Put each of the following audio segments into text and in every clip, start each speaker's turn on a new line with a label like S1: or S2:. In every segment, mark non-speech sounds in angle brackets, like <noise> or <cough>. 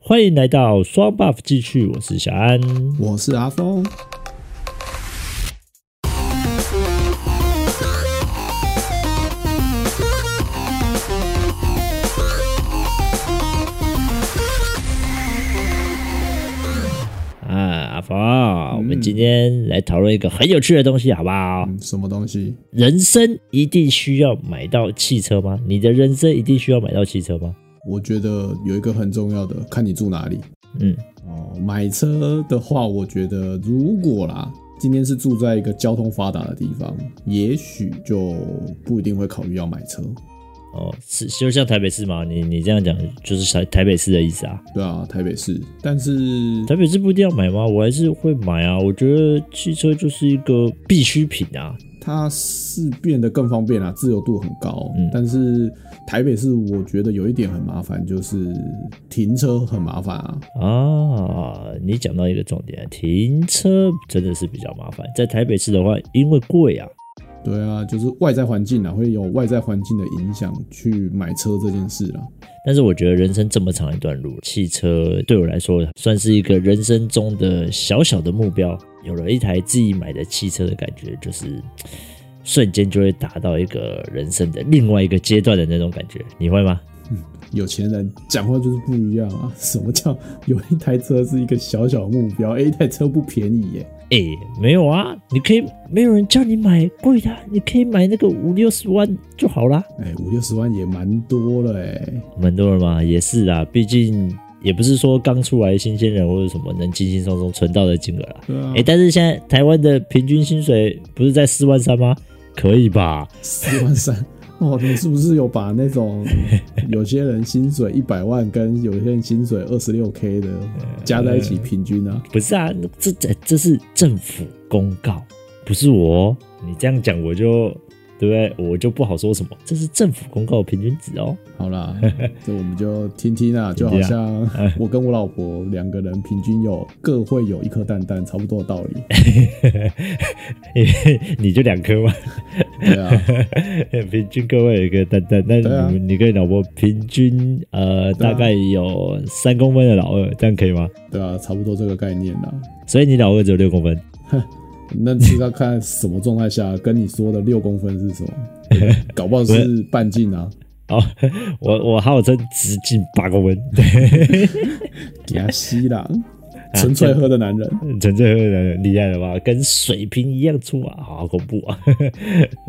S1: 欢迎来到双 buff 继续，我是小安。
S2: 我是阿峰，
S1: 啊，阿峰，我们今天来讨论一个很有趣的东西，好不好？
S2: 嗯，什么东西？
S1: 人生一定需要买到汽车吗？你的人生一定需要买到汽车吗？
S2: 我觉得有一个很重要的，看你住哪里
S1: 嗯，
S2: 哦。买车的话，我觉得如果啦，今天是住在一个交通发达的地方，也许就不一定会考虑要买车。
S1: 哦，是就像台北市嘛，你你这样讲就是台台北市的意思啊。
S2: 对啊，台北市，但是
S1: 台北市不一定要买吗？我还是会买啊。我觉得汽车就是一个必需品啊。
S2: 它是变得更方便啦，自由度很高。
S1: 嗯
S2: 但是台北市，我觉得有一点很麻烦，就是停车很麻烦啊。
S1: 啊，你讲到一个重点，停车真的是比较麻烦。在台北市的话，因为贵啊，
S2: 对啊，就是外在环境啊，会有外在环境的影响去买车这件事啦。
S1: 但是我觉得人生这么长一段路，汽车对我来说算是一个人生中的小小的目标。有了一台自己买的汽车的感觉，就是瞬间就会达到一个人生的另外一个阶段的那种感觉。你会吗？
S2: 有钱人讲话就是不一样啊！ <laughs> 什么叫有一台车是一个小小的目标？哎、一台车不便宜耶、
S1: 哎，没有啊，你可以，没有人叫你买贵的啊，你可以买那个五六十万就好啦。
S2: 哎、五六十万也蛮多了哎、
S1: 蛮多人嘛，也是啦，毕竟也不是说刚出来新鲜人或者什么能轻轻松松存到的金额啦。
S2: 对啊
S1: 哎、，但是现在台湾的平均薪水不是在四万三吗？可以吧？
S2: 四万三。哦，你是不是有把那种有些人薪水一百万跟有些人薪水二十六 K 的加在一起平均啊？
S1: 不是啊，这这这是政府公告，不是我哦。你这样讲我就对不对？我就不好说什么。这是政府公告的平均值哦。 <laughs>
S2: 好 <laughs> 啦，这我们就听听啊，就好像我跟我老婆两个人平均有各会有一颗蛋蛋，差不多的道 <laughs> 理。
S1: 你就两颗嘛，
S2: 对啊，
S1: <laughs> 平均各位有一个蛋蛋，那你、
S2: 对啊
S1: 你跟你老婆平均呃、
S2: 对啊
S1: 大概有三公分的老二，这样可以吗？
S2: 对啊，差不多这个概念啦。
S1: 所以你老二只有六公分。
S2: 那是要看什么状态下跟你说的六公分是什么，搞不好是半径 <laughs> 啊，
S1: 哦， <laughs> 我我号称直径八公分，对，
S2: 给他吸 <laughs> 啦。纯粹喝的男人，
S1: 纯粹喝的厉害了吧？跟水瓶一样粗啊，好恐怖啊！ <laughs>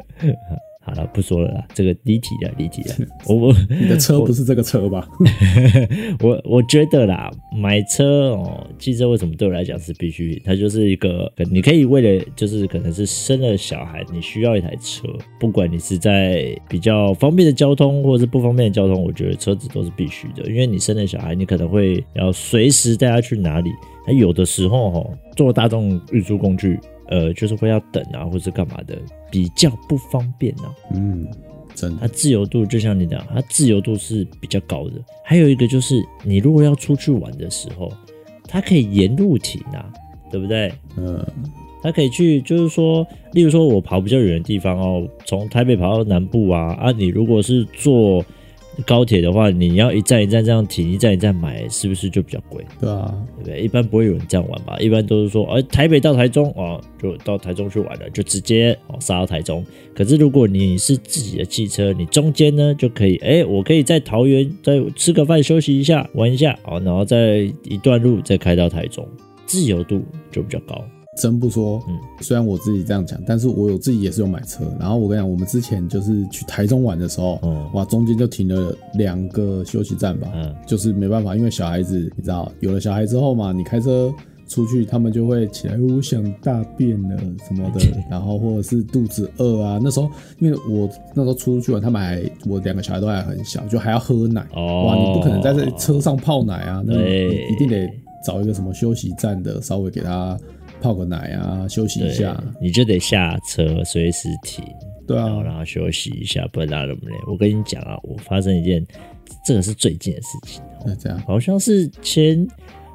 S1: 好了，不说了啦，这个离题了，离题了。我我
S2: 你的车不是这个车吧？ <laughs>
S1: <laughs> 我我觉得啦，买车哦，汽车为什么对我来讲是必须品？它就是一个，你可以为了就是可能是生了小孩，你需要一台车，不管你是在比较方便的交通或者是不方便的交通，我觉得车子都是必须的，因为你生了小孩，你可能会要随时带他去哪里。那有的时候哦，坐大众运输工具，呃，就是会要等啊，或是干嘛的，比较不方便啊。
S2: 嗯，真的
S1: 它自由度就像你讲，它自由度是比较高的。还有一个就是，你如果要出去玩的时候，它可以沿路停啊，对不对？
S2: 嗯，
S1: 它可以去，就是说，例如说我跑比较远的地方哦，从台北跑到南部啊，啊，你如果是坐高铁的话，你要一站一站这样停，一站一站买，是不是就比较贵？
S2: 对啊，
S1: 对不对？一般不会有人这样玩吧？一般都是说，哎、台北到台中哦，就到台中去玩了，就直接哦杀到台中。可是如果你是自己的汽车，你中间呢就可以，哎，我可以在桃园再吃个饭，休息一下，玩一下哦，然后再一段路再开到台中，自由度就比较高。
S2: 真不说
S1: 嗯，
S2: 虽然我自己这样讲，但是我有自己也是有买车。然后我跟你讲，我们之前就是去台中玩的时候，
S1: 嗯
S2: 哇，中间就停了两个休息站吧，
S1: 嗯
S2: 就是没办法，因为小孩子，你知道，有了小孩之后嘛，你开车出去，他们就会起来，我想大便了什么
S1: <laughs>
S2: 的，然后或者是肚子饿啊。那时候，因为我那时候出去玩，他们还我两个小孩都还很小，就还要喝奶，
S1: 哦
S2: 哇，你不可能在这车上泡奶啊，那
S1: 对
S2: 你一定得找一个什么休息站的，稍微给他泡个奶啊，休息一
S1: 对
S2: 下。，
S1: 你就得下车随时停，哦
S2: 对
S1: 然后
S2: 啊，
S1: 让他休息一下，不然他那么累。我跟你讲啊，我发生一件，这个是最近的事情。
S2: 那这样
S1: 好像是前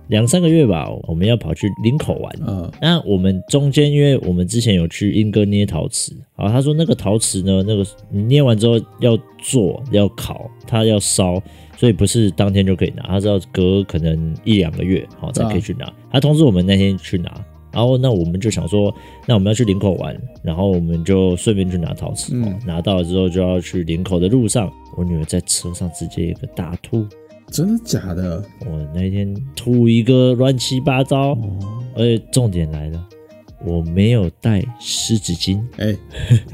S1: 两三个月吧，我们要跑去林口玩。
S2: 嗯，
S1: 那我们中间，因为我们之前有去英哥捏陶瓷，好，他说那个陶瓷呢，那个你捏完之后要做、要烤、它要烧，所以不是当天就可以拿，他是要隔可能一两个月好才可以去拿。他通知我们那天去拿，然后那我们就想说，那我们要去林口玩，然后我们就顺便去拿陶瓷，
S2: 嗯
S1: 哦拿到了之后就要去林口的路上，我女儿在车上直接一个大吐，
S2: 真的假的？
S1: 我那天吐一个乱七八糟。
S2: 哦，
S1: 而且重点来了，我没有带湿纸巾。
S2: 哎、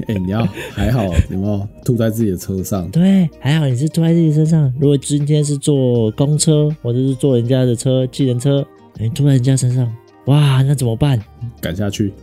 S2: 哎、你要还好，有没有吐在自己的车上？
S1: 对，还好你是坐在自己身上。如果今天是坐公车或者是坐人家的车、计程车，哎你坐在人家身上，哇，那怎么办？
S2: 赶下去，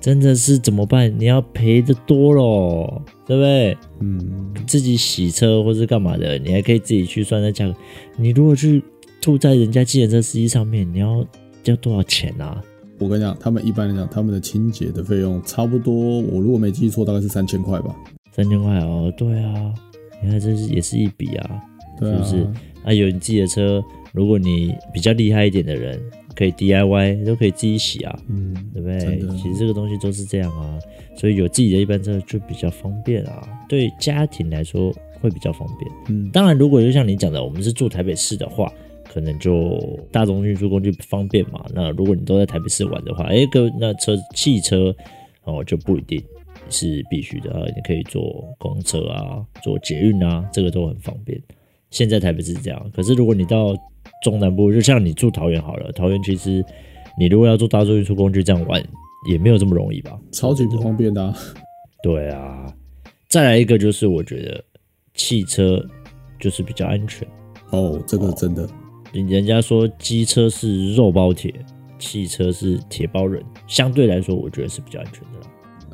S1: 真的是怎么办？你要赔的多咯，对不对？
S2: 嗯，
S1: 自己洗车或是干嘛的，你还可以自己去算那价格。你如果去吐在人家计程车司机上面，你要要多少钱啊？
S2: 我跟你讲，他们一般来讲，他们的清洁的费用差不多，我如果没记错，大概是三千块吧。
S1: 三千块哦，对啊，你看这是也是一笔啊。
S2: 对啊，
S1: 是不是啊，有你自己的车，如果你比较厉害一点的人，可以 DIY 都可以自己洗啊，
S2: 嗯，
S1: 对不对
S2: 真的？
S1: 其实这个东西都是这样啊，所以有自己的一班车就比较方便啊，对家庭来说会比较方便。
S2: 嗯，
S1: 当然，如果就像你讲的，我们是住台北市的话。可能就大众运输工具方便嘛。那如果你都在台北市玩的话，哎，各位那车汽车哦就不一定是必须的啊，你可以坐公车啊，坐捷运啊，这个都很方便。现在台北是这样，可是如果你到中南部，就像你住桃园好了，桃园其实你如果要坐大众运输工具这样玩，也没有这么容易吧？
S2: 超级不方便的、啊。
S1: 对啊，再来一个就是我觉得汽车就是比较安全，
S2: 哦，这个真的，
S1: 人家说机车是肉包铁，汽车是铁包人，相对来说我觉得是比较安全的啦。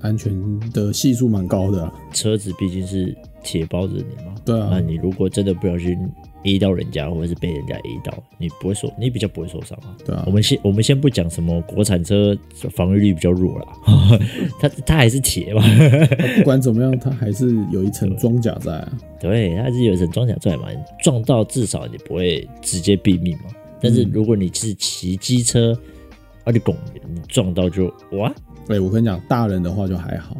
S2: 安全的系数蛮高的啊、
S1: 车子毕竟是铁包着你嘛，
S2: 对啊
S1: 那你如果真的不小心 A 到人家，或者是被人家 A 到，你不会受，你比较不会受伤啊。
S2: 对啊
S1: 我，们先我们先不讲什么国产车防御力比较弱啦， <laughs> 它它还是铁嘛， <laughs>
S2: 不管怎么样，它还是有一层装甲在啊。
S1: 对，它是有一层装甲在嘛，你撞到至少你不会直接毙命嘛。但是如果你是骑机车，而且拱你撞到就哇，
S2: 哎、我跟你讲，大人的话就还好，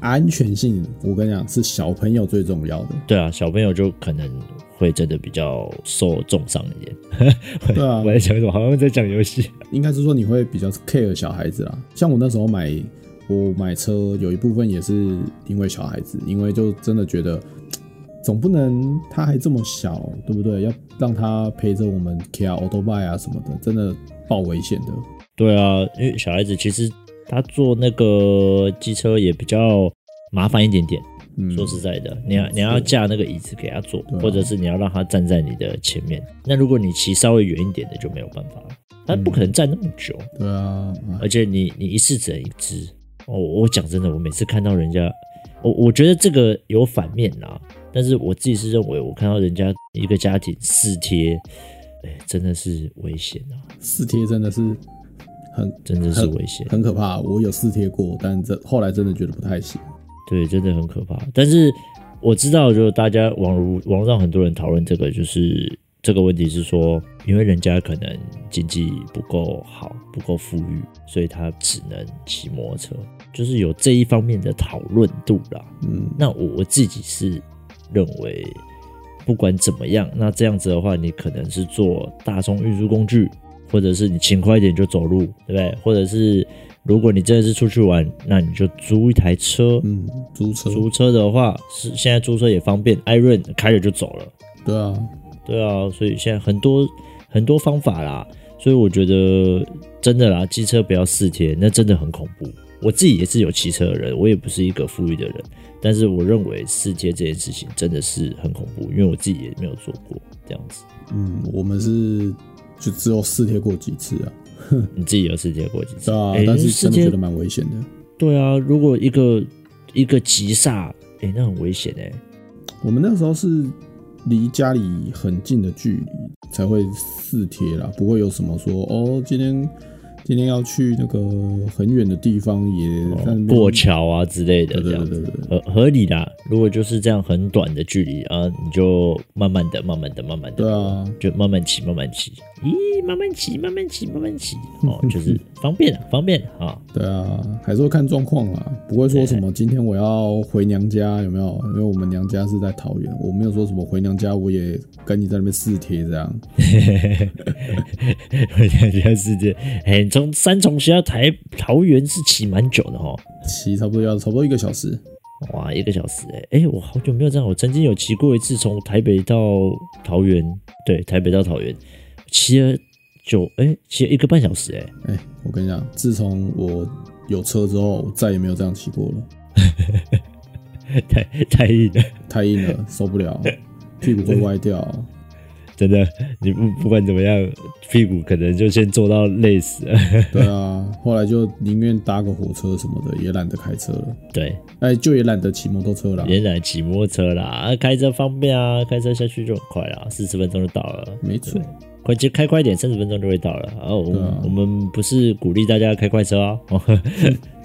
S2: 安全性我跟你讲是小朋友最重要的。
S1: 对啊，小朋友就可能会真的比较受重伤一点。
S2: 对啊
S1: <laughs> 我，在讲什么？好像在讲游戏。
S2: 应该是说你会比较 care 小孩子啦。像我那时候买我买车，有一部分也是因为小孩子，因为就真的觉得。嘖总不能他还这么小，对不对？要让他陪着我们 K R Auto Buy 啊什么的，真的爆危险的。
S1: 对啊，因为小孩子其实他坐那个机车也比较麻烦一点点。
S2: 嗯，
S1: 说实在的，你要
S2: 没错
S1: 你要架那个椅子给他坐
S2: 对啊，
S1: 或者是你要让他站在你的前面。那如果你骑稍微远一点的就没有办法了，他不可能站那么久，
S2: 对啊，啊
S1: 而且你你一次只能一只。哦，我讲真的，我每次看到人家，我我觉得这个有反面啦，但是我自己是认为，我看到人家一个家庭四贴，哎，真的是危险啊，
S2: 四贴真的是很
S1: 真的是危险。
S2: 很可怕。我有四贴过，但这后来真的觉得不太行。
S1: 对，真的很可怕。但是我知道，就是大家网络网络上很多人讨论这个，就是这个问题是说，因为人家可能经济不够好，不够富裕，所以他只能骑摩托车，就是有这一方面的讨论度啦。
S2: 嗯，
S1: 那我我自己是认为，不管怎么样，那这样子的话，你可能是坐大众运输工具，或者是你勤快一点就走路，对不对？或者是如果你真的是出去玩，那你就租一台车。
S2: 嗯，租车，
S1: 租车的话是现在租车也方便，艾润开着就走了。
S2: 对啊，
S1: 对啊，所以现在很多很多方法啦，所以我觉得真的啦，机车不要四贴，那真的很恐怖。我自己也是有骑车的人，我也不是一个富裕的人，但是我认为四贴这件事情真的是很恐怖，因为我自己也没有做过这样子。
S2: 嗯，我们是就只有四贴过几次啊，
S1: 你自己有四贴过几次？
S2: 对啊，
S1: 诶
S2: 但是
S1: 四
S2: 真的觉
S1: 贴
S2: 得蛮危险的。
S1: 对啊，如果一个一个急刹，哎、那很危险哎、
S2: 我们那时候是离家里很近的距离才会四贴啦，不会有什么说哦，今天今天要去那个很远的地方也在那边
S1: 哦过桥啊之类的
S2: 嗯对
S1: 这
S2: 对
S1: 样
S2: 对
S1: 子。
S2: 对对，
S1: 合合理啦，如果就是这样很短的距离啊，你就慢慢的、慢慢的、慢慢的，
S2: 对啊，
S1: 就慢慢骑、慢慢骑，咦，慢慢骑、慢慢骑、慢慢骑，哦，就是方便啊，方便啊， <laughs> 啊
S2: 对啊，还是会看状况啦，不会说什么今天我要回娘家有没有？因为我们娘家是在桃园，我没有说什么回娘家，我也跟你在那边四贴这样。
S1: 我感觉是这，哎、你从三重骑到台桃园是骑蛮久的哦，
S2: 骑差不多要差不多一个小时，
S1: 哇，一个小时哎、哎、我好久没有这样，我曾经有骑过一次，从台北到桃园，对，台北到桃园，骑了九哎、骑了一个半小时哎、
S2: 哎、我跟你讲，自从我有车之后，我再也没有这样骑过了，
S1: 太太硬了，
S2: 太硬了，受不了，屁股会歪掉。
S1: 真的，你不不管怎么样，屁股可能就先坐到累死了。 <laughs>
S2: 对啊，后来就宁愿搭个火车什么的，也懒得开车了，
S1: 对，
S2: 哎、就也懒得骑摩托车了。
S1: 也懒得骑摩托车啦，啊，开车方便啊，开车下去就很快啦，四十分钟就到了。
S2: 没错，
S1: 快就开快点，三十分钟就会到了。哦，我
S2: 对
S1: 们、
S2: 啊
S1: 我们不是鼓励大家开快车哦。 <laughs>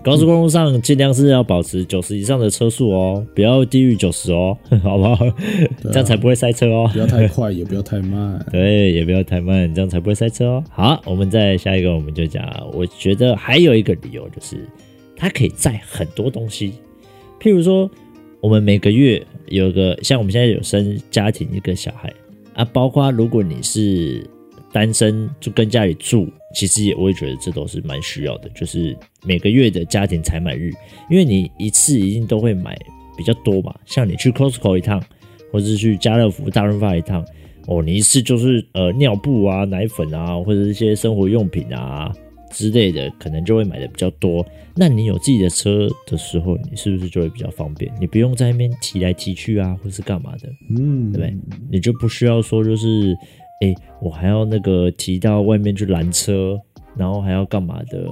S1: 高速公路上尽量是要保持九十以上的车速哦，不要低于九十哦， <laughs> 好不
S2: 啊
S1: 好？这样才不会塞车哦。
S2: 不要太快，也不要太慢。
S1: 对，也不要太慢，这样才不会塞车哦。好，我们再下一个，我们就讲，我觉得还有一个理由就是，它可以载很多东西，譬如说，我们每个月有个像我们现在有生家庭一个小孩啊，包括如果你是单身就跟家里住，其实也我也觉得这都是蛮需要的，就是每个月的家庭采买日，因为你一次一定都会买比较多嘛，像你去 Costco 一趟，或是去家乐福、大润发一趟。哦，你一次就是呃尿布啊、奶粉啊，或者一些生活用品啊之类的，可能就会买的比较多。那你有自己的车的时候，你是不是就会比较方便？你不用在那边提来提去啊，或是干嘛的，
S2: 嗯，
S1: 对不对？你就不需要说就是，诶，我还要那个提到外面去拦车，然后还要干嘛的，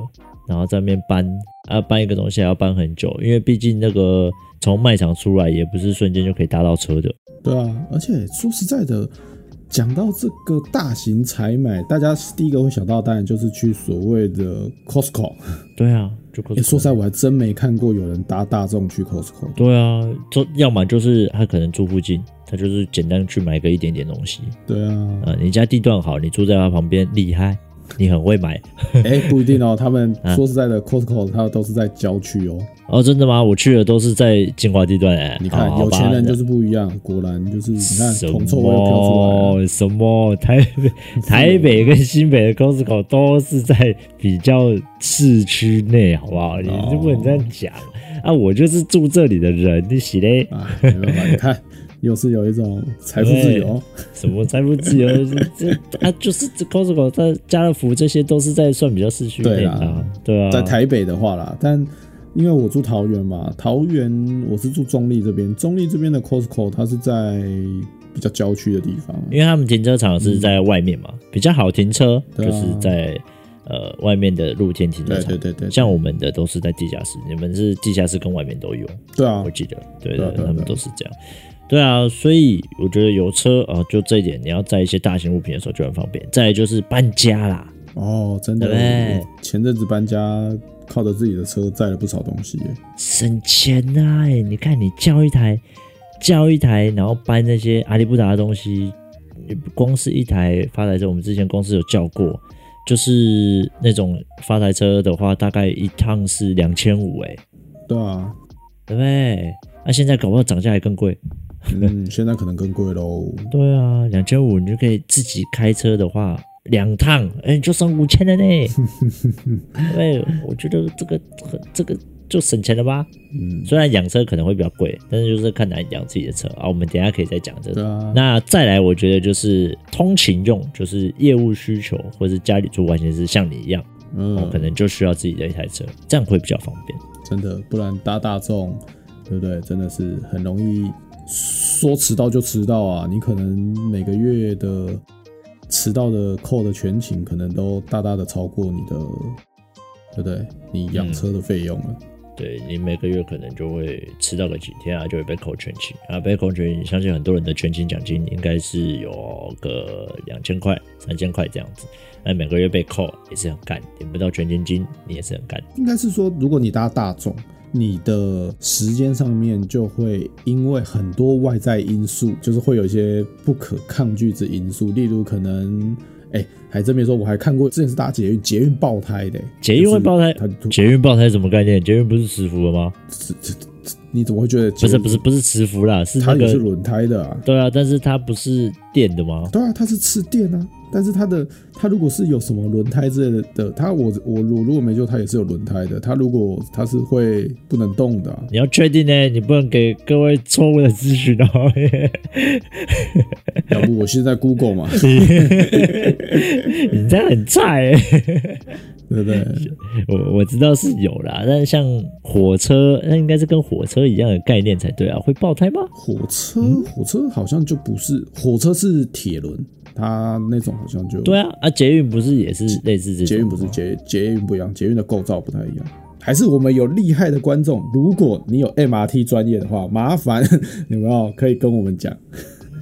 S1: 然后在那边搬啊搬一个东西还要搬很久，因为毕竟那个从卖场出来也不是瞬间就可以搭到车的。
S2: 对啊，而且说实在的，讲到这个大型采买，大家第一个会想到，当然就是去所谓的 Costco。
S1: 对啊，就可
S2: 哎、说实在，我还真没看过有人搭大众去 Costco。
S1: 对啊，就要么就是他可能住附近，他就是简单去买个一点点东西。
S2: 对
S1: <laughs>
S2: 啊，
S1: 啊、你家地段好，你住在他旁边，厉害，你很会买。
S2: 哎、不一定哦。他们
S1: 啊
S2: 说实在的，Costco 它都是在郊区哦。
S1: 哦，真的吗？我去的都是在精华地段哎、
S2: <laughs> 你看，
S1: 好
S2: 有钱人就是
S1: 好吧
S2: 不一样。果然就是，你看
S1: 什
S2: 铜臭味又飘出 <laughs> 来了。
S1: 么什么台北台北跟新北的 Costco 都是在比较市区内，好不好？你
S2: 哦
S1: 就不能这样讲、啊！我就是住这里的人，你洗嘞。
S2: 啊，没办法，
S1: <laughs>
S2: 你看，又是有一种财富自由。
S1: 什么财富自由？这 <laughs> 啊，就是这 Costco、它家乐福这些都是在算比较市区内
S2: 对
S1: 的
S2: 啦
S1: 啊，对啊，
S2: 在台北的话啦，但因为我住桃园嘛，桃园我是住中立这边，中立这边的 Costco 它是在比较郊区的地方，
S1: 因为他们停车场是在外面嘛，比较好停车，
S2: 对
S1: 就
S2: 啊
S1: 是在呃外面的露天停车
S2: 对
S1: 场。
S2: 对对对，
S1: 像我们的都是在地下室，你们是地下室跟外面都有，
S2: 对啊
S1: 我，记得，对
S2: 对
S1: 的
S2: 啊，对啊
S1: 他们
S2: 对啊
S1: 都是这样。对啊，所以我觉得有车啊、呃就这一点，你要载一些大型物品的时候就很方便。再来就是搬家啦，
S2: 哦，真的，
S1: 对不对
S2: 我前阵子搬家靠着自己的车载了不少东西耶，
S1: 省钱啊！哎，你看你叫一台，叫一台，然后搬那些阿里不达的东西，光是一台发财车，我们之前公司有叫过，就是那种发财车的话，大概一趟是两千五，哎，
S2: 对啊，
S1: 对不对？啊那、现在搞不好涨价还更贵。 <laughs>
S2: 嗯，现在可能更贵喽，
S1: 对啊，两千五你就可以自己开车的话，两趟，哎、你就剩五千了呢。 <laughs> 对，我觉得这个很这个就省钱了吧。
S2: 嗯，
S1: 虽然养车可能会比较贵，但是就是看哪养自己的车啊。我们等一下可以再讲这
S2: 对
S1: 个。
S2: 啊，
S1: 那再来，我觉得就是通勤用，就是业务需求，或是家里住完全是像你一样，我、
S2: 嗯
S1: 可，能就需要自己的一台车，这样会比较方便。
S2: 真的，不然搭大众，对不对？真的是很容易说迟到就迟到啊！你可能每个月的迟到的扣的全勤，可能都大大的超过你的，对不对？你养车的费用了。
S1: 对你每个月可能就会迟到个几天啊，就会被扣全勤啊，被扣全勤，相信很多人的全勤奖金应该是有个两千块、三千块这样子，那每个月被扣也是很干，领不到全勤金你也是很干。
S2: 应该是说，如果你搭大众，你的时间上面就会因为很多外在因素，就是会有一些不可抗拒之因素，例如可能，哎、还真别说，我还看过之前是搭捷运，捷运爆胎的、
S1: 捷运会爆胎
S2: 就是它
S1: 捷运爆胎什么概念？捷运不是磁浮了吗？
S2: 你怎么会觉得
S1: 不
S2: 捷运
S1: 是不是不是磁浮啦，是
S2: 它
S1: 那
S2: 也是
S1: 个
S2: 轮胎的啊？
S1: 对啊，但是它不是电的吗？
S2: 对啊，它是吃电啊，但是它的它如果是有什么轮胎之类的，它我我我如果没救，它也是有轮胎的，它如果它是会不能动的、啊，
S1: <laughs> 你要确定呢、你不能给各位错误的资讯哦。 <laughs>
S2: 要不我现在 Google
S1: <laughs>
S2: 嘛，
S1: 你这样很菜、欸。<laughs>
S2: 对不对？
S1: 我我知道是有啦，但是像火车，那应该是跟火车一样的概念才对啊。会爆胎吗？
S2: 火车，
S1: 嗯
S2: 火车好像就不是，火车是铁轮，它那种好像就
S1: 对啊，啊，捷运不是也是类似这种？
S2: 捷运不是，捷捷运不一样，捷运的构造不太一样。还是我们有厉害的观众，如果你有 MRT 专业的话，麻烦 <laughs> 有没有可以跟我们讲？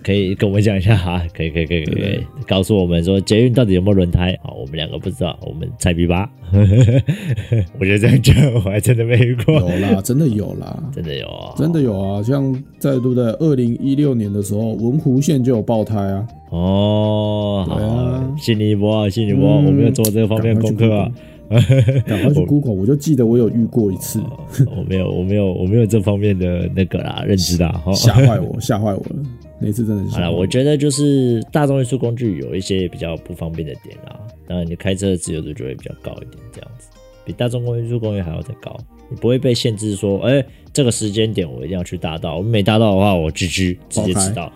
S1: 可以跟我们讲一下 <laughs> 哈，可以可以可以可以，可以告诉我们说捷运到底有没有轮胎？好，我们两个不知道，我们菜逼吧。 <laughs> 我觉得这样讲，我还真的没遇
S2: <laughs>
S1: 过，
S2: 有啦，真的有啦，
S1: 真的有啊，
S2: 真的有啊，像在对不对？二零一六年的时候，文湖线就有爆胎啊，
S1: 哦，好，
S2: 对啊
S1: 信你一波啊，信你一波，
S2: 嗯
S1: 我没有做这个方面的功课啊。
S2: 赶快去 Google，我就记得我有遇过一次，
S1: 我没有，我没有，我没有这方面的那个啦，认知啦。哈。
S2: 吓坏我，吓坏我了，那一次真的是吓
S1: 好
S2: 坏
S1: 了，我觉得就是大众运输工具有一些比较不方便的点啦，当然你开车的自由度就会比较高一点，这样子比大众运输工具还要再高，你不会被限制说，哎、这个时间点我一定要去大道，我没大道的话我 GG 直接迟到，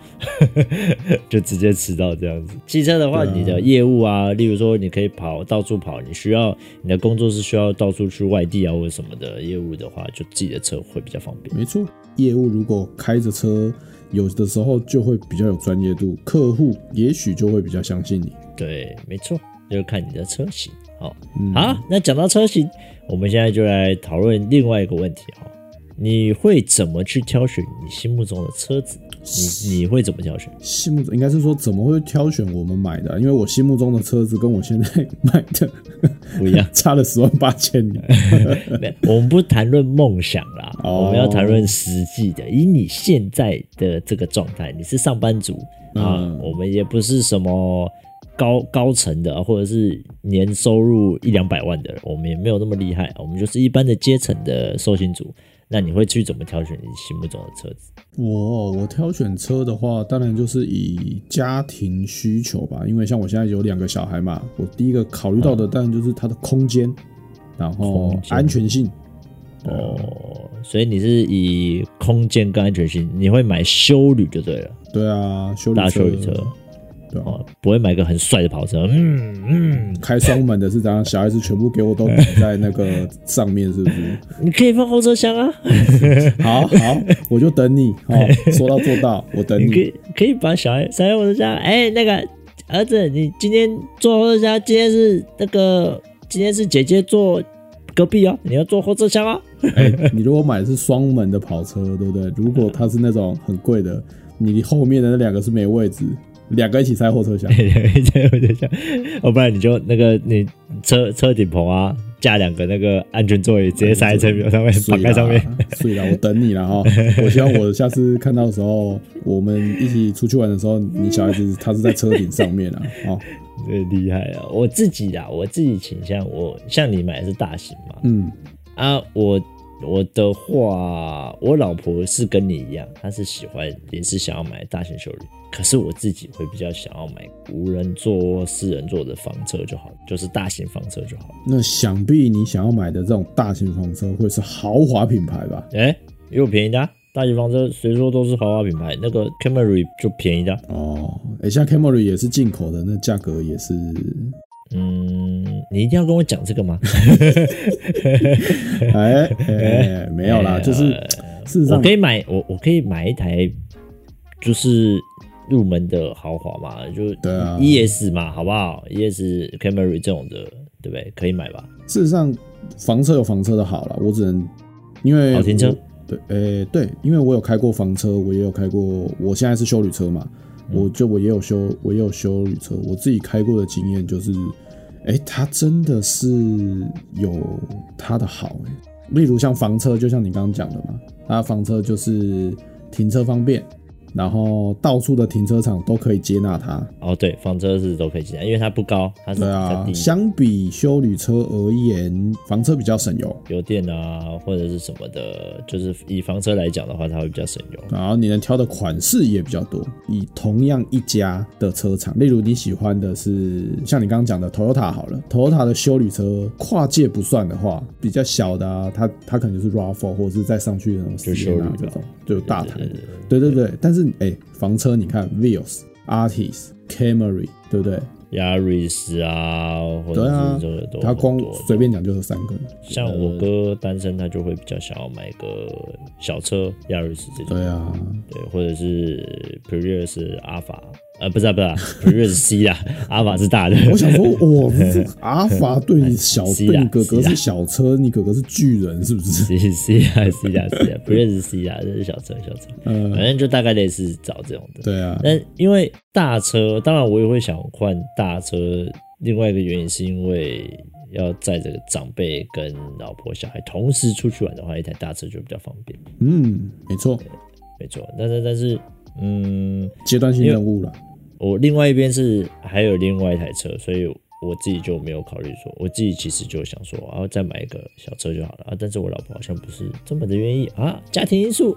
S1: <laughs> 就直接迟到这样子。汽车的话，
S2: 对啊
S1: 你的业务啊，例如说你可以跑到处跑，你需要你的工作是需要到处去外地啊或者什么的业务的话，就自己的车会比较方便。
S2: 没错，业务如果开着车，有的时候就会比较有专业度，客户也许就会比较相信你。
S1: 对，没错，就是看你的车型。好，
S2: 嗯
S1: 好，那讲到车型，我们现在就来讨论另外一个问题哈。你会怎么去挑选你心目中的车子？你你会怎么挑选？
S2: 心目中应该是说怎么会挑选我们买的啊？因为我心目中的车子跟我现在 <laughs> 买的
S1: 不一样
S2: 差了十万八千里。
S1: 没有我们不谈论梦想啦，
S2: 哦
S1: 我们要谈论实际的。以你现在的这个状态，你是上班族啊，
S2: 嗯
S1: 我们也不是什么高高层的，或者是年收入一两百万的，我们也没有那么厉害，我们就是一般的阶层的受薪族。那你会去怎么挑选你心目中的车子？
S2: 我我挑选车的话，当然就是以家庭需求吧，因为像我现在有两个小孩嘛，我第一个考虑到的当然就是它的空间，然后
S1: 空间
S2: 安全性。
S1: 哦，所以你是以空间跟安全性，你会买修旅就对了，
S2: 对啊，修理
S1: 大修
S2: 车，
S1: 旅车
S2: 对啊。
S1: 哦，不会买个很帅的跑车，嗯嗯，
S2: 开双门的是怎样？小孩子全部给我都挤在那个上面，是
S1: <laughs>
S2: 不是？
S1: 你可以放后车厢啊。
S2: 好好，我就等你
S1: <laughs>
S2: 哦，说到做到，我等
S1: 你可
S2: 你。
S1: 以可以把小孩塞在我的家，哎、那个儿子，你今天坐后车厢，今天是那个今天是姐姐坐隔壁哦，你要坐后车厢啊。
S2: 哎、你如果买的是双门的跑车，对不对？如果它是那种很贵的，你后面的那两个是没位置，两个一起塞后车厢。
S1: 在后车厢，要不然你就那个你车车顶棚啊，架两个那个安全座椅，直接塞在车上面，
S2: 所
S1: 绑在
S2: 以嗯啦
S1: 上
S2: <laughs>
S1: 面。，
S2: 所以啦，我等你
S1: <laughs>
S2: 了哈。我希望我下次看到的时候，我们一起出去玩的时候，你小孩子他是在车顶上面啊。哦，
S1: 这厉害啊！我自己啦，我自己倾向我像你买的是大型嘛，
S2: 嗯，
S1: 啊，我我的话，我老婆是跟你一样，她是喜欢也是想要买大型修旅，可是我自己会比较想要买无人座、四人座的房车就好，就是大型房车就好。
S2: 那想必你想要买的这种大型房车会是豪华品牌吧？
S1: 哎、也有便宜的啊、大型房车谁说都是豪华品牌？那个 Camry 就便宜的啊、
S2: 哦，哎、像 Camry 也是进口的，那价格也是。
S1: 嗯，你一定要跟我讲这个吗？
S2: 哎、哎、
S1: <laughs>
S2: 没有啦，
S1: 哎
S2: 就是事实
S1: 我
S2: 上
S1: 可，以买，我我可以买一台，就是入门的豪华嘛，就
S2: 对啊
S1: ES 嘛，好不好？ES E Camry 这种的，对不对？可以买吧？
S2: 事实上，房车有房车的好啦，我只能因为
S1: 好停车
S2: 我。对，诶、对，因为我有开过房车，我也有开过，我现在是修旅车嘛，
S1: 嗯
S2: 我就我也有修，我也有修旅车，我自己开过的经验就是，诶、它真的是有它的好、诶例如像房车，就像你刚刚讲的嘛，它房车就是停车方便，然后到处的停车场都可以接纳它，
S1: 哦，对，房车是都可以进来，因为它不高，它是
S2: 对
S1: 比
S2: 啊
S1: 较，低，
S2: 相比修旅车而言，房车比较省油，
S1: 油电啊或者是什么的，就是以房车来讲的话，它会比较省油。
S2: 然后你能挑的款式也比较多。以同样一家的车厂，例如你喜欢的是像你刚刚讲的 Toyota 好了，Toyota 的修理车跨界不算的话，比较小的啊，它它可能就是 RAV4 或者是再上去那种
S1: 就
S2: Sienna
S1: 修理吧
S2: 这种，就大台
S1: 对
S2: 的
S1: 对。
S2: 对对对，但是哎、房车你看 Vios、Artis、Camry，对不对？
S1: 亚瑞斯啊，或
S2: 对啊
S1: 者是这个都
S2: 它
S1: 很
S2: 光
S1: 多
S2: 随便讲就是三个。
S1: 像我哥单身，他就会比较想要买个小车，亚瑞斯这种，
S2: 对啊，
S1: 对，或者是 Prius 阿法，呃，不是、啊、不是、 <laughs> 啊、，Prius C 啊，阿法是大的，
S2: 我想说，我 <laughs> 阿法对你小，
S1: 是
S2: 对
S1: 啦
S2: 你哥哥
S1: 是啦
S2: 是小车，你哥哥是巨人，是不是？
S1: C C 啊 C 啊 C 啊，Prius C 啊，这是小车小车，
S2: 嗯
S1: 反正就大概类似找这种的。
S2: 对啊，
S1: 但因为大车，当然我也会想换大车。另外一个原因是因为要载着长辈跟老婆小孩同时出去玩的话，一台大车就比较方便。
S2: 嗯，没错，
S1: 没错，但是但是，嗯，
S2: 阶段性任务啦。
S1: 我另外一边是还有另外一台车，所以我自己就没有考虑说，我自己其实就想说，啊，再买一个小车就好了啊。但是我老婆好像不是这么的愿意啊，家庭因素。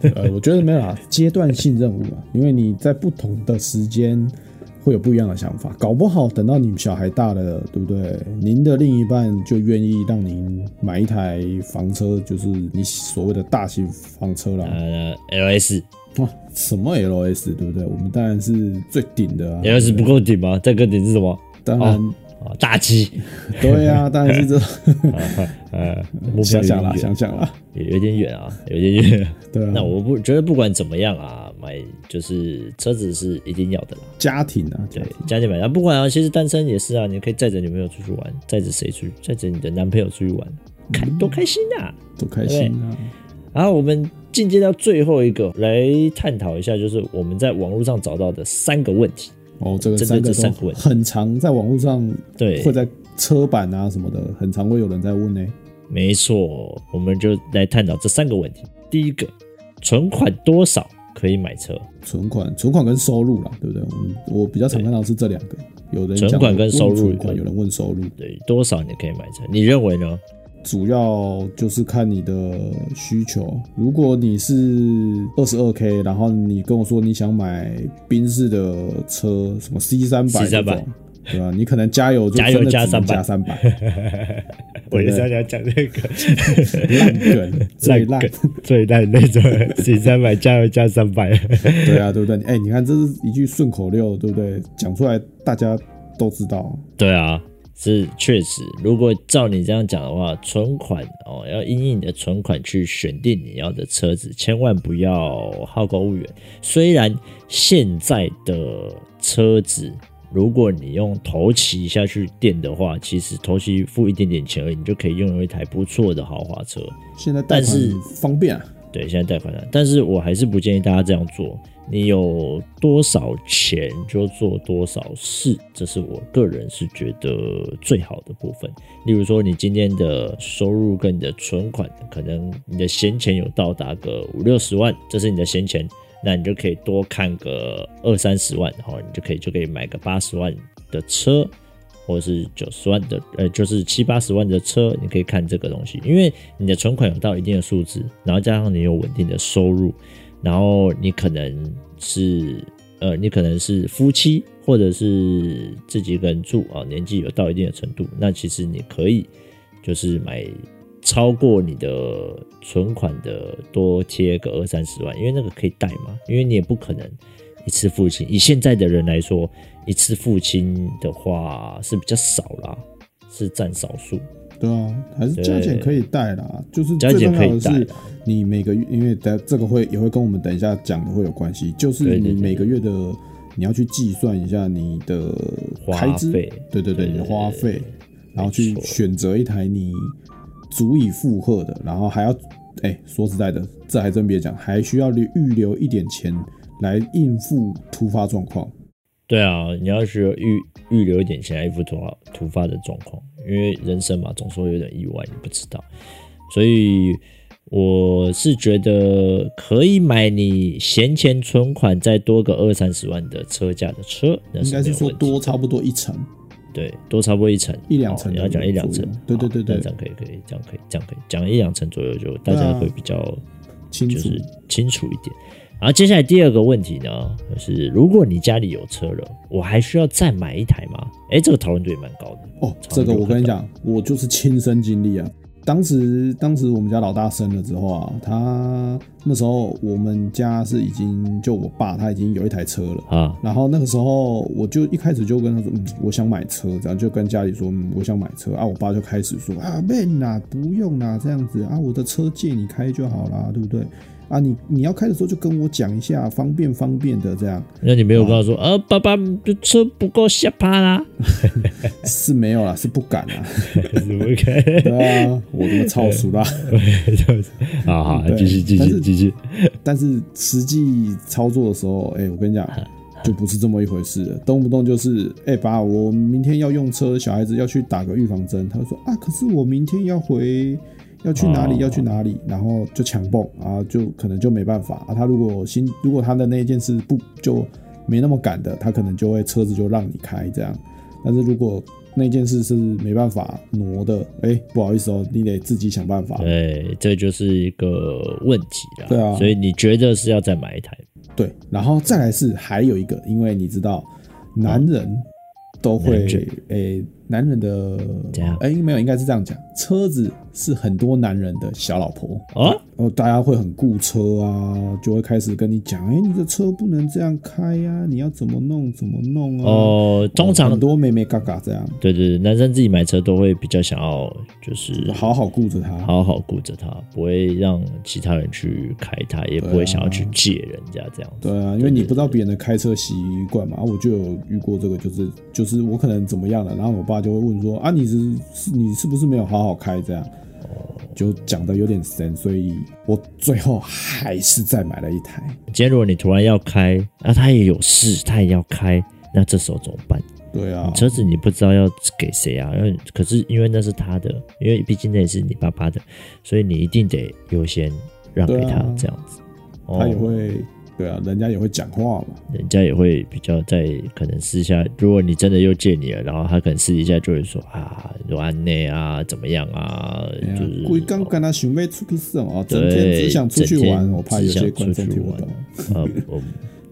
S2: 呃，我觉得没有
S1: <laughs>
S2: 啦，阶段性任务啦，因为你在不同的时间会有不一样的想法，搞不好等到你小孩大了，对不对？您的另一半就愿意让您买一台房车，就是你所谓的大型房车啦。
S1: 呃，L S
S2: 哇、什么 LS 对不对？我们当然是最顶的啊。
S1: L S 不够顶吗？再更顶是什么？
S2: 当然，
S1: 啊，大
S2: <laughs>
S1: G。
S2: 对啊，当然是这。
S1: <laughs> 呃，目标
S2: 想想啦，
S1: 有点
S2: 想想啦，
S1: 远有点远啊，有点远。
S2: 对啊。
S1: 那我不觉得不管怎么样啊，买就是车子是一定要的啦。
S2: 家庭啊，
S1: 对，加减买单，不管啊，其实单身也是啊，你可以载着女朋友出去玩，载着谁出去，载着你的男朋友出去玩，开多开心啊！
S2: 多开心啊！
S1: 然后我们进阶到最后一个，来探讨一下，就是我们在网络上找到的三个问题。
S2: 哦，这个
S1: 针对
S2: 三个
S1: 这三个
S2: 都
S1: 问题
S2: 很常在网络上
S1: 对
S2: 会，在车版啊什么的，很常会有人在问呢、
S1: 没错，我们就来探讨这三个问题。第一个，存款多少可以买车？
S2: 存款、存款跟收入啦，对不对？我们我比较常看到是这两个，有人讲
S1: 存款跟收入
S2: 问存款有人问收入，
S1: 对，多少你可以买车？你认为呢？
S2: 主要就是看你的需求。如果你是二十二 k，然后你跟我说你想买宾士的车，什么 C 三百
S1: C300
S2: 对吧？你可能加油就
S1: 加油
S2: 真的
S1: 加
S2: 只能加三百，
S1: 我也想要讲这个 <laughs>
S2: 烂梗最烂。
S1: 最烂那种，十三百加油加三百。
S2: 对啊，对不对？哎、你看这是一句顺口溜，对不对？讲出来大家都知道。
S1: 对啊，是确实。如果照你这样讲的话，存款哦，要因应你的存款去选定你要的车子，千万不要好高骛远。虽然现在的车子，如果你用头期下去垫的话，其实头期付一点点钱而已，你就可以拥有一台不错的豪华车。
S2: 现在贷
S1: 但是
S2: 款方便啊，
S1: 对，现在贷款了，但是我还是不建议大家这样做。你有多少钱就做多少事，这是我个人是觉得最好的部分。例如说，你今天的收入跟你的存款，可能你的闲钱有到达个五六十万，这是你的闲钱，那你就可以多看个二三十万，然后你就可以就可以买个八十万的车，或者是九十万的，呃，就是七八十万的车，你可以看这个东西，因为你的存款有到一定的数字，然后加上你有稳定的收入，然后你可能是呃，你可能是夫妻或者是自己一个人住啊，年纪有到一定的程度，那其实你可以就是买超过你的存款的多贴个二三十万，因为那个可以贷嘛，因为你也不可能一次付清。以现在的人来说，一次付清的话是比较少啦，是占少数。
S2: 对啊，还是加减可以贷啦。就是
S1: 加
S2: 最
S1: 减
S2: 重
S1: 可
S2: 要的
S1: 以贷
S2: 是
S1: 啦，
S2: 你每个月，因为在这个会也会跟我们等一下讲的会有关系，就是
S1: 对对
S2: 你
S1: 对
S2: 每个月的你要去计算一下你的
S1: 花
S2: 开支
S1: 费，
S2: 对对
S1: 对
S2: 对，你的花费，然后去
S1: 没错
S2: 选择一台你足以负荷的，然后还要，哎、说实在的，这还真别讲，还需要预留一点钱来应付突发状况。
S1: 对啊，你要是预预留一点钱来应付突发突发的状况，因为人生嘛，总是会有点意外，你不知道。所以我是觉得可以买你闲钱存款再多个二三十万的车价的车，那
S2: 应该
S1: 是没
S2: 是
S1: 有
S2: 说
S1: 问题
S2: 多差不多一成，
S1: 对多超过一层
S2: 一两层
S1: 哦你要讲一两层
S2: 左右，对对对
S1: 好
S2: 对啊
S1: 那这样可以可以，这样可以这样可以讲一两层左右就大家会比较
S2: 清
S1: 就
S2: 楚。
S1: 是清楚一点。然后接下来第二个问题呢，就是如果你家里有车了，我还需要再买一台吗？哎，这个讨论度也蛮高的。
S2: 哦，
S1: 常
S2: 这个
S1: 有
S2: 我
S1: 可
S2: 跟
S1: 能
S2: 你讲，我就是亲身经历啊。当时当时我们家老大生了之后啊，他那时候我们家是已经就我爸他已经有一台车了。
S1: 啊，
S2: 然后那个时候我就一开始就跟他说，嗯，我想买车，然后就跟家里说，嗯，我想买车啊。我爸就开始说啊，man 啦，不用啦，这样子啊，我的车借你开就好啦，对不对？啊，你你要开的时候就跟我讲一下，方便方便的这样。
S1: 那你没有跟他说，
S2: 啊
S1: 呃、爸爸的车不够下趴
S2: <laughs>
S1: 啦，
S2: 哎是没有啦，是不敢啦。 <laughs>
S1: 怎么开？
S2: 对啊，我他妈超熟啦。
S1: 好好，
S2: 对
S1: 继续继
S2: 但
S1: 续
S2: 是
S1: 继续。
S2: 但是实际操作的时候，哎、我跟你讲，就不是这么一回事了。动不动就是，哎、爸，我明天要用车，小孩子要去打个预防针。他就说啊，可是我明天要回，要去哪里，
S1: 哦
S2: 要去哪里，然后就强蹦啊，就可能就没办法啊。他如果心，如果他的那一件事不就没那么赶的，他可能就会车子就让你开这样。但是如果那件事是没办法挪的，哎、不好意思哦，你得自己想办法。
S1: 对，这就是一个问题啦。
S2: 对啊
S1: 所以你觉得是要再买一台？
S2: 对，然后再来是还有一个，因为你知道，男人都会
S1: 男人
S2: 诶、男人的
S1: 怎样
S2: 诶、没有，应该是这样讲，车子是很多男人的小老婆
S1: 哦，
S2: 哦，大家会很顾车啊，就会开始跟你讲，哎、你的车不能这样开呀、你要怎么弄怎么弄啊？
S1: 哦，通常
S2: 很多妹妹嘎嘎这样，
S1: 对对对，男生自己买车都会比较想要，就是
S2: 好好顾着她。
S1: 好好顾着它，不会让其他人去开它，也不会想要去借人家这样子。
S2: 对啊，因为你不知道别人的开车习惯嘛，啊我就有遇过这个，就是就是我可能怎么样了，然后我爸就会问说啊，你是是你是不是没有好好开这样，
S1: 哦
S2: 就讲的有点神，所以我最后还是再买了一台。
S1: 今天如果你突然要开，然后他也有事，他也要开，那这时候怎么办？
S2: 对啊，
S1: 车子你不知道要给谁啊？因为可是因为那是他的，因为毕竟那也是你爸爸的，所以你一定得优先让给他
S2: 对啊
S1: 这样子。
S2: 他也
S1: 哦。
S2: 会对啊，人家也会讲话嘛，
S1: 人家也会比较在可能私下，如果你真的又借你了，然后他可能私底下就会说啊，安内啊，怎么样啊，
S2: 哎呀
S1: 就是
S2: 规刚跟他想要出去耍哦，整
S1: 对
S2: 天只想出去
S1: 整
S2: 玩，
S1: 天
S2: 我怕有
S1: 只想
S2: 些观众
S1: 出去
S2: 听不
S1: 玩
S2: 懂。
S1: <laughs> 呃，我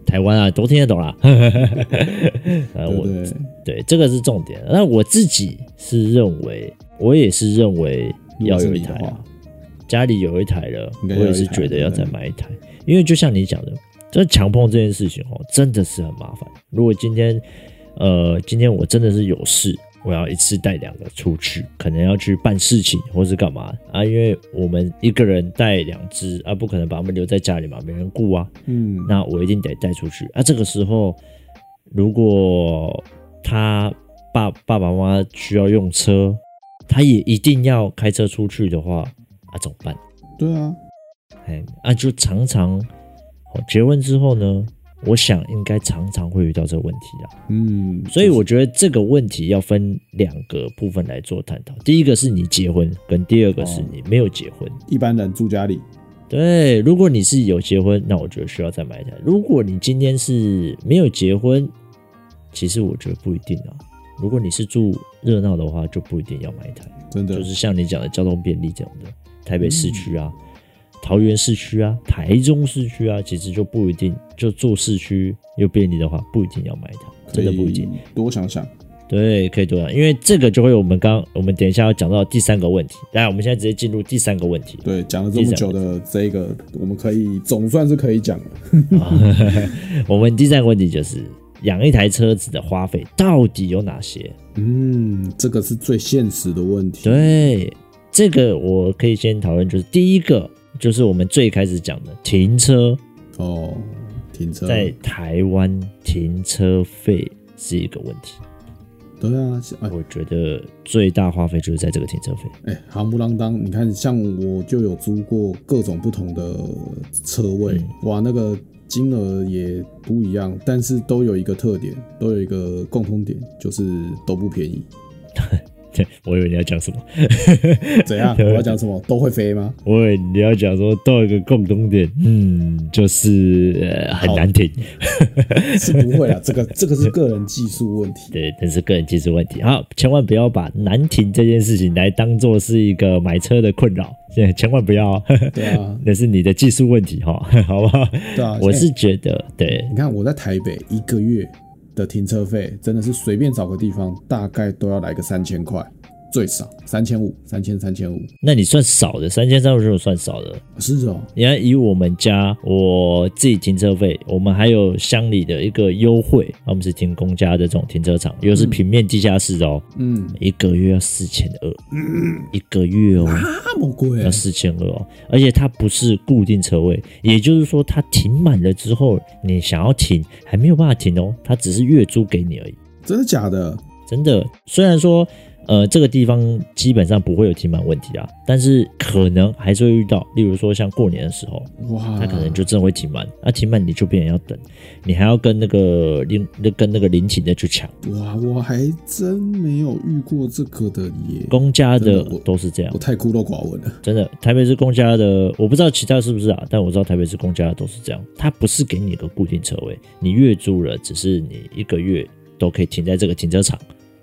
S1: 台湾啊都听得懂啦。 <laughs> 呃，
S2: 对不
S1: 我
S2: 对，
S1: 对这个是重点。那我自己是认为，我也是认为要有一台
S2: 如果是你的
S1: 啊
S2: 话，
S1: 家里有一台了，
S2: 应该要
S1: 我
S2: 有一台
S1: 也是觉得要再买一台，因为就像你讲的，这强碰这件事情哦，真的是很麻烦。如果今天，呃，今天我真的是有事。我要一次带两个出去，可能要去办事情或是干嘛啊？因为我们一个人带两只啊，不可能把它们留在家里嘛，没人顾啊。
S2: 嗯，
S1: 那我一定得带出去。啊，这个时候如果他爸爸爸妈妈需要用车，他也一定要开车出去的话，啊，怎么办？
S2: 对啊，
S1: 哎，啊，就常常、哦、结婚之后呢，我想应该常常会遇到这个问题啊。
S2: 嗯，
S1: 所以
S2: 就是
S1: 我觉得这个问题要分两个部分来做探讨。第一个是你结婚，跟第二个是你没有结婚。
S2: 一般人住家里，
S1: 对，如果你是有结婚，那我觉得需要再买一台。如果你今天是没有结婚，其实我觉得不一定啊。如果你是住热闹的话，就不一定要买一台，
S2: 真的
S1: 就是像你讲的交通便利这样的，台北市区啊、桃园市区啊、台中市区啊，其实就不一定。就住市区又便利的话，不一定要买一台，真的不一定。，
S2: 多想想。
S1: 对，可以多讲，因为这个就会我们刚我们等一下要讲到第三个问题。来，我们现在直接进入第三个问题。
S2: 对，讲了这么久的这个，我们可以总算是可以讲了。
S1: 我们第三个问题就是养一台车子的花费到底有哪些？
S2: 嗯，这个是最现实的问题。
S1: 对，这个我可以先讨论，就是第一个就是我们最开始讲的停车，
S2: 哦，停车
S1: 在台湾停车费是一个问题。
S2: 对啊，是哎
S1: 我觉得最大花费就是在这个停车费。 <laughs>
S2: 哎，行不啷当。你看，像我就有租过各种不同的车位，
S1: 嗯
S2: 哇，那个金额也不一样，但是都有一个特点，都有一个共通点，就是都不
S1: <laughs>
S2: 便宜。
S1: 对，我以为你要讲什么，
S2: 怎样？我要讲什么？都会飞吗？
S1: 我以为你要讲说都有一个共同点，嗯，就是、呃、很难停。
S2: 是不会啊，这个这个是个人技术
S1: <laughs>
S2: 问题。
S1: 对，但是个人技术问题啊，千万不要把难停这件事情来当做是一个买车的困扰， <laughs> 对千万不要 <laughs> 哦，
S2: 对啊，
S1: 那是你的技术问题哈， <laughs> 好不好？
S2: 对啊，
S1: 我
S2: 哎
S1: 是觉得，对，
S2: 你看我在台北一个月的停车费，真的是随便找个地方，大概都要来个三千块，最少三千五，三千三千五。哦
S1: 那你算少的，三千三百六算少的。
S2: 是哦，
S1: 你看，以我们家我自己停车费，我们还有乡里的一个优惠，我们是停公家的这种停车场，又是平面地下室的哦，
S2: 嗯，
S1: 一个月要四千二，一个月哦。
S2: 那么贵
S1: 要四千二哦，而且它不是固定车位，也就是说它停满了之后，你想要停还没有办法停哦，它只是月租给你而已。
S2: 真的假的？
S1: 真的，虽然说呃这个地方基本上不会有停满问题啊，但是可能还是会遇到，例如说像过年的时候，
S2: 哇，
S1: 它可能就真的会停满，那、停满你就变成要等，你还要跟那个邻跟那个临停的去抢，
S2: 哇，我还真没有遇过这个的耶，
S1: 公家的
S2: 真的我
S1: 都是这样
S2: 我。太孤陋寡闻了。
S1: 真的，台北市公家的，我不知道其他是不是啊，但我知道台北市公家的都是这样，它不是给你一个固定车位，你月租了，只是你一个月都可以停在这个停车场，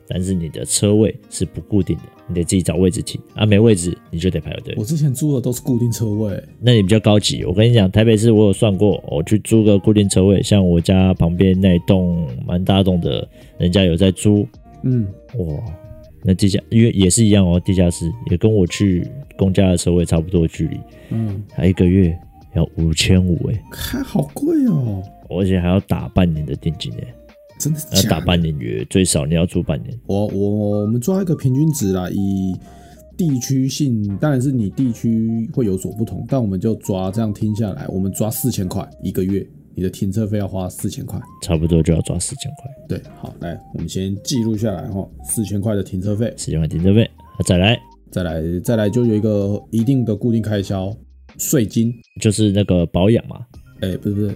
S1: 但是你的车位是不固定的，你得自己找位置停啊，没位置你就得排队
S2: 我。之前租的都是固定车位，
S1: 那你比较高级，我跟你讲，台北市我有算过，我去租个固定车位，像我家旁边那一栋蛮大栋的，人家有在租，
S2: 嗯，
S1: 哇，那地下因为也是一样哦，地下室也跟我去公家的车位差不多的距离，
S2: 嗯，
S1: 他一个月要五千五哎，
S2: 看好贵哦，
S1: 而且还要打半年的定金哎，
S2: 真的
S1: 要
S2: 假的？
S1: 打半年约，最少你要住半年。
S2: 我我我们抓一个平均值啦，以地区性，当然是你地区会有所不同，但我们就抓这样听下来，我们抓四千块一个月，你的停车费要花四千块。
S1: 差不多就要抓四千块，
S2: 对，好，来，我们先记录下来哈，四千块的停车费，
S1: 四千块停车费。啊再来
S2: 再来再来就有一个一定的固定开销，税金，
S1: 就是那个保养嘛，
S2: 哎、不是不是，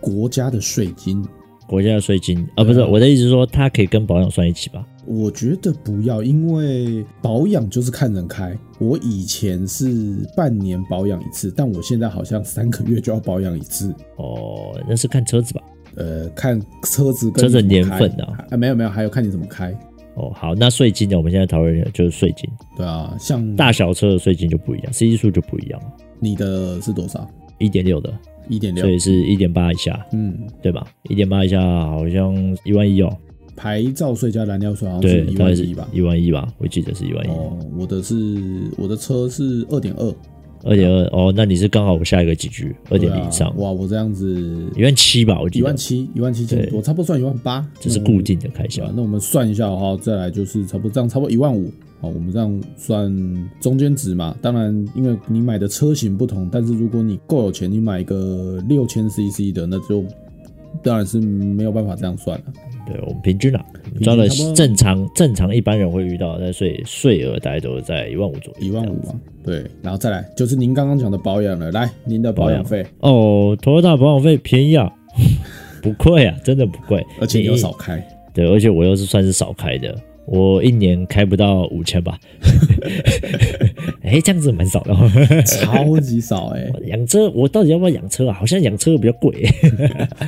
S2: 国家的税金，
S1: 国家的税金啊，不是我的意思是说，它可以跟保养算一起吧？
S2: 我觉得不要，因为保养就是看人开。我以前是半年保养一次，但我现在好像三个月就要保养一次。
S1: 哦，那是看车子吧？
S2: 呃，看车子跟
S1: 车子
S2: 你
S1: 年
S2: 怎么开
S1: 份啊
S2: 啊，没有没有，还有看你怎么开。
S1: 哦，好，那税金呢？我们现在讨论一下，就是税金，
S2: 对啊，像
S1: 大小车的税金就不一样，C 数就不一样了，
S2: 你的是多少？
S1: 一点六的，
S2: 一点
S1: 所
S2: 六。
S1: 以是一点八以下，
S2: 嗯，
S1: 对吧？一点八以下好像一万一哦，
S2: 牌照税加燃料税好像
S1: 对
S2: 是，一
S1: 大
S2: 万
S1: 概是
S2: 一吧？
S1: 一万一吧，我记得是一万一。
S2: 哦，我的是我的车是二点二，
S1: 二点二哦，那你是刚好我下一个几局二点零以上
S2: 对啊，哇，我这样子
S1: 一万七吧，我记
S2: 一万
S1: 得
S2: 七，一万七千多，差不多算一万八，
S1: 这是固定的开销
S2: 对啊，。那我们算一下哈，再来就是差不多这样，差不多一万五。好，我们这样算中间值嘛。当然，因为你买的车型不同，但是如果你够有钱，你买一个六千 CC 的，那就当然是没有办法这样算了。
S1: 对我们平均啊，
S2: 均
S1: 抓了
S2: 差不多
S1: 正常正常一般人会遇到，但税税额大概都在一万五左右。
S2: 一万五嘛，对。然后再来就是您刚刚讲的保养了，来，您的保养费，
S1: 哦，Toyota 保养费便宜啊， <laughs> 不贵啊，真的不贵。
S2: 而且你
S1: 你
S2: 又少
S1: <laughs>
S2: 开，
S1: 对，而且我又是算是少开的，我一年开不到五千吧。 <laughs> 哎，这样子蛮少的哦。
S2: 超级少哎、
S1: <laughs> 养车，我到底要不要养车啊？好像养车比较贵。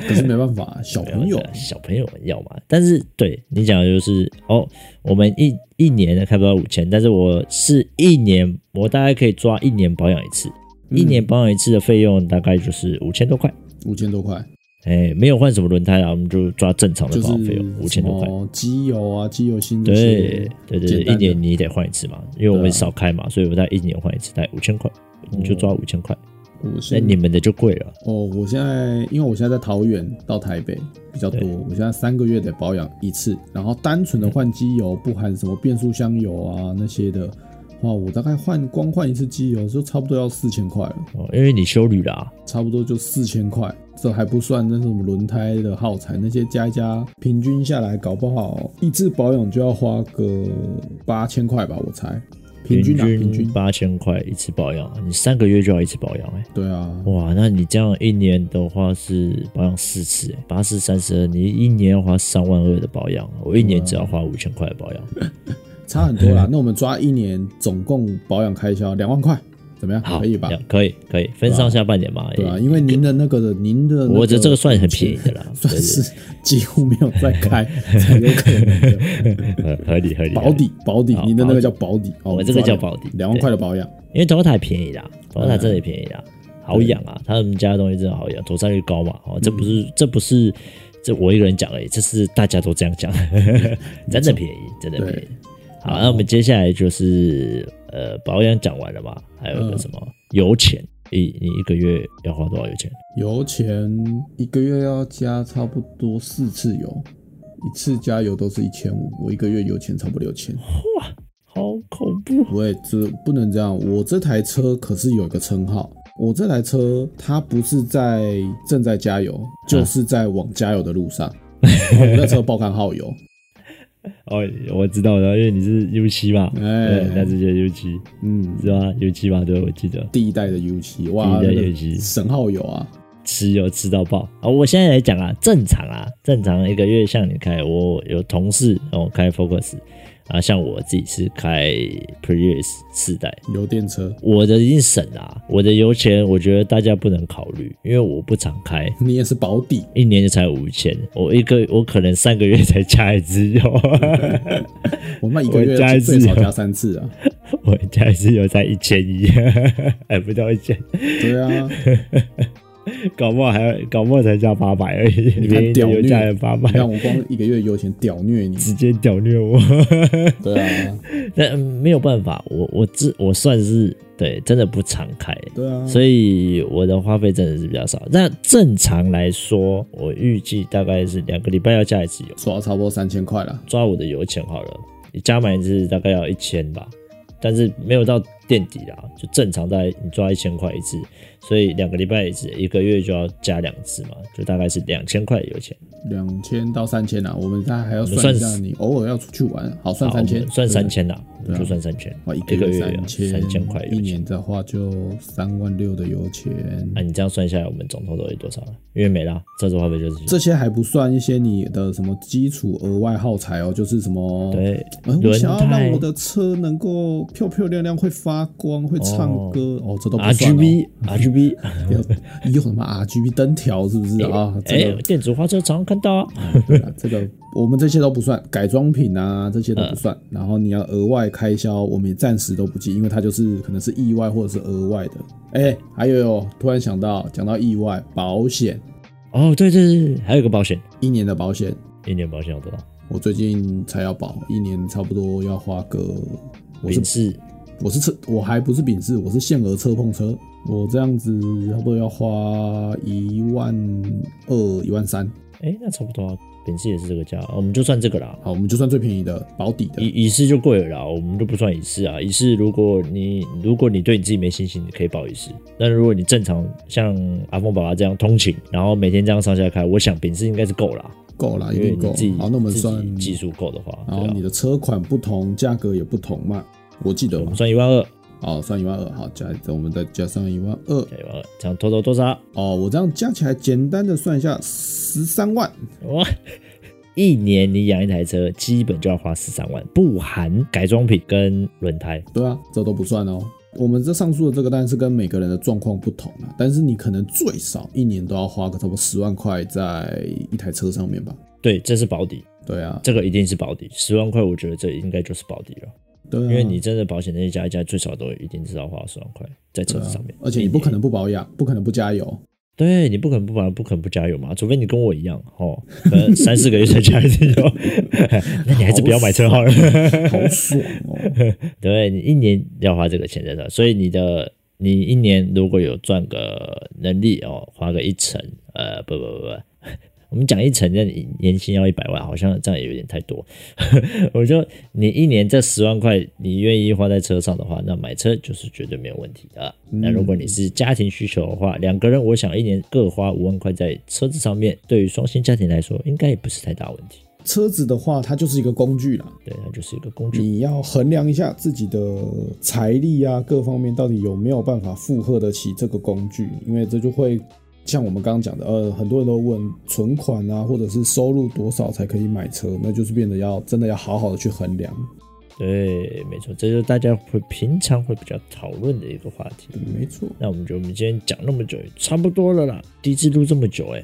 S2: 可是没办法，小朋友
S1: 对啊小朋友要嘛，但是对你讲的就是哦，我们一一年呢开不到五千，但是我是一年，我大概可以抓一年保养一次，一
S2: 嗯
S1: 年保养一次的费用大概就是五千多块，
S2: 五千多块，
S1: 哎，没有换什么轮胎啊，我们就抓正常的
S2: 就是
S1: 保养费用五千多块。
S2: 哦，机油啊，机油新的
S1: 对对对，
S2: 简
S1: 对一
S2: 单的
S1: 年你得换一次嘛，因为我
S2: 对
S1: 们
S2: 啊哦
S1: 少开嘛，所以我在一年换一次，大概五千块，你就抓五千块。
S2: 我
S1: 那
S2: 现在
S1: 你们的就贵了，
S2: 哦，我现在因为我现在在桃园到台北比较多
S1: 对，
S2: 我现在三个月得保养一次，然后单纯的换机油，不含什么变速箱油啊那些的，话，我大概换光换一次机油就差不多要四千块了，
S1: 哦，因为你修旅啦，
S2: 差不多就四千块，这还不算那什么轮胎的耗材那些加一加，平均下来搞不好一次保养就要花个八千块吧，我猜。平均啊，平均。
S1: 八千块一次保养，你三个月就要一次保养哎、
S2: 对啊，
S1: 哇，那你这样一年的话是保养四次、欸，八四三十二，你一年要花三万二的保养，我一年只要花五千块的保养，
S2: 啊差很多啦。那我们抓一年总共保养开销两万块，怎么样？
S1: 好，
S2: 可以吧？
S1: 两？可以，可以，分上下半年嘛。
S2: 对啊，
S1: 欸
S2: 因为您的那个的，您的、那
S1: 我觉得这个算很便宜的啦
S2: <laughs> 算是几乎没有在开，才有可能的
S1: 合 <laughs> 合理合理，
S2: 保底保底，
S1: 好
S2: 您的那个叫保底，哦
S1: 我这个叫保底
S2: 两万
S1: 对
S2: 块的嗯保养，
S1: 因为 Toyota 也便宜啦，Toyota 真的也便宜啦，好养啊，他们家的东西真的好养，投产率高嘛，哦，这不是、
S2: 嗯
S1: 这不是这我一个人讲而已，这是大家都这样讲， <laughs> 真的便宜，真的便宜
S2: 嗯对。嗯
S1: 好，那我们接下来就是呃保养讲完了嘛，还有一个
S2: 嗯
S1: 什么、油钱，一你一个月要花多少油钱？
S2: 油钱一个月要加差不多四次油，一次加油都是一千五，我一个月油钱差不多六千。
S1: 好恐怖！
S2: 不会，这不能这样。我这台车可是有一个称号，我这台车它不是在正在加油，就是在往加油的
S1: <laughs>
S2: 路上。哦我那车报刊号油，
S1: 哦，我知道了，因为你是 U 七嘛，
S2: 哎
S1: 对，那直接 U 七
S2: 嗯，
S1: 是吧？U 七嘛，对，我记得。
S2: 第一代的 U 七，哇，
S1: 第一代
S2: 那个
S1: U7
S2: 神号油啊，
S1: 吃油吃到爆啊！我现在来讲啊，正常啊，正常一个月像你开，我有同事哦开 Focus，啊，像我自己是开 Prius 四代，
S2: 油电车。
S1: 我的一定省啊，我的油钱我觉得大家不能考虑，因为我不常开。
S2: 你也是保底，
S1: 一年就才五千，我一个我可能三个月才加一次油， <laughs>
S2: 我那一个月
S1: 我加一次
S2: 最
S1: 油
S2: 少加三次啊。
S1: 我加一次油才一千一， <laughs> 还不到一千，<laughs>
S2: 对啊，
S1: 搞不好还要搞不好才加八百而已，
S2: 你
S1: 连
S2: 看
S1: 一
S2: 屌
S1: 年
S2: 虐，
S1: 油加了八百
S2: 你，看我光一个月油钱屌虐
S1: <laughs>
S2: 你。
S1: 直接屌虐我。
S2: 对啊，
S1: 但嗯没有办法，我我自我算是对，真的不常开，
S2: 对啊，
S1: 所以我的花费真的是比较少。那正常来说，我预计大概是两个礼拜要加一次油，
S2: 刷差不多三千块了。
S1: 抓我的油钱好了，你加满一次大概要一千吧，但是没有到垫底啦，就正常大概你抓一千块一次，所以两个礼拜一次，一个月就要加两次嘛，就大概是两千块的油钱。
S2: 两千到三千啊，我们大概还要
S1: 们
S2: 算一
S1: 算
S2: 下，你偶尔要出去玩，好算
S1: 好
S2: 三
S1: 我
S2: 千，
S1: 们算
S2: 对
S1: 三，千啦，我们
S2: 对啊
S1: 就算三千，
S2: 哇，一
S1: 一个
S2: 月
S1: 月
S2: 三
S1: 三千块油
S2: 一
S1: 钱。
S2: 年的话就三万六的油钱
S1: 啊，，你这样算下来，我们总投到底多少了？因为没啦，这次花费就是
S2: 这些还不算一些你的什么基础额外耗材哦，就是什么，
S1: 对
S2: 呃，我
S1: 轮
S2: 想要
S1: 胎
S2: 让我的车能够漂漂亮亮，会发光，会唱歌，哦，这都不算
S1: RGB RGB，
S2: 哦，有什么 RGB 灯条是不是啊？这
S1: 哎
S2: 个，
S1: 电子花车常常看到啊，
S2: 对啊，这个我们这些都不算，改装品啊这些都不算。然后你要额外开销，我们也暂时都不计，因为它就是可能是意外或者是额外的。哎、还有突然想到，讲到意外保险，
S1: 哦，对对对，还有一个保险，
S2: 一年的保险，
S1: 一年保险有多少？
S2: 我最近才要保，一年差不多要花个，我是
S1: 民事
S2: 我是车，我还不是丙式，我是限额车碰车，我这样子差不多要花一万二一万三。
S1: 哎，那差不多啊，本事也是这个价，啊我们就算这个啦。
S2: 好，我们就算最便宜的保底的，
S1: 乙乙式就贵了啦，我们就不算乙式啊。乙式如果你如果你对你自己没信心，你可以报乙式。但如果你正常像阿峰爸爸这样通勤，然后每天这样上下开，我想丙式应该是够啦，
S2: 够了，一
S1: 因为
S2: 定
S1: 你
S2: 够
S1: 自己。
S2: 好，那我们
S1: 自己
S2: 算
S1: 技术够的话，
S2: 然
S1: 对
S2: 后
S1: 啊
S2: 你的车款不同，价格也不同嘛，我记得
S1: 我
S2: 嘛
S1: 们，算一万二，
S2: 哦，算一万二，好，加我们再加上一万二，
S1: 哎一万二，这样偷偷多少？
S2: 哦，我这样加起来简单的算一下，十三万，
S1: 哇，一年你养一台车，基本就要花十三万，不含改装品跟轮胎。
S2: 对啊，这都不算哦。我们这上述的这个当然是跟每个人的状况不同啊，但是你可能最少一年都要花个差不多十万块在一台车上面吧？
S1: 对，这是保底，
S2: 对啊，
S1: 这个一定是保底，十万块，我觉得这应该就是保底了，
S2: 对啊，
S1: 因为你真的保险那些加一加，最少都一定至少花十万块在车
S2: 对
S1: 子
S2: 啊
S1: 上面，，
S2: 而且你不可能不保养，不可能不加
S1: <laughs>
S2: 油，
S1: 对你不可能不把不可能不加油嘛，除非你跟我一样哦，可能三四个月才加一次
S2: <laughs>
S1: 油，那你还是不要买车好了。
S2: 好爽哦！
S1: 对你一年要花这个钱在这，所以你的你一年如果有赚个能力哦，花个一成，呃，不不不不，我们讲一成，那你年薪要一百万，好像这样也有点太多。 <laughs> 我就你一年这十万块，你愿意花在车上的话，那买车就是绝对没有问题的。那如果你是家庭需求的话，两个人我想一年各花五万块在车子上面，对于双薪家庭来说，应该也不是太大问题。
S2: 车子的话，它就是一个工具啦，
S1: 对，它就是一个工具。
S2: 你要衡量一下自己的财力啊，各方面到底有没有办法负荷得起这个工具，因为这就会像我们刚刚讲的，呃，很多人都问存款啊，或者是收入多少才可以买车，那就是变得要真的要好好的去衡量。
S1: 对，没错，这就是大家会平常会比较讨论的一个话题。
S2: 嗯没错，
S1: 那我们觉得我们今天讲那么久，也差不多了啦。第一次录这么久、哎，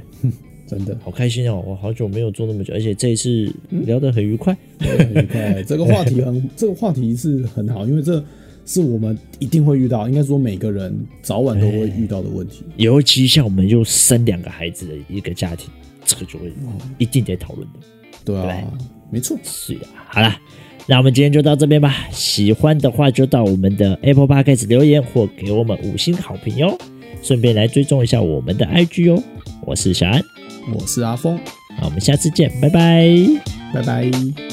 S2: 真的
S1: 好开心哦！我好久没有做那么久，而且这一次聊得很愉快。
S2: 很愉快。这个话题很，这个话题是很好，因为这是我们一定会遇到，应该说每个人早晚都会遇到的问题。
S1: 尤其像我们又生两个孩子的一个家庭，这个就会一定得讨论的。
S2: 对
S1: 对
S2: 啊，没错。
S1: 是的，好啦，那我们今天就到这边吧。喜欢的话就到我们的 Apple Podcast 留言或给我们五星好评哟。顺便来追踪一下我们的 IG 哦。我是小安，
S2: 我是阿峰，
S1: 那我们下次见，拜拜。
S2: 拜拜。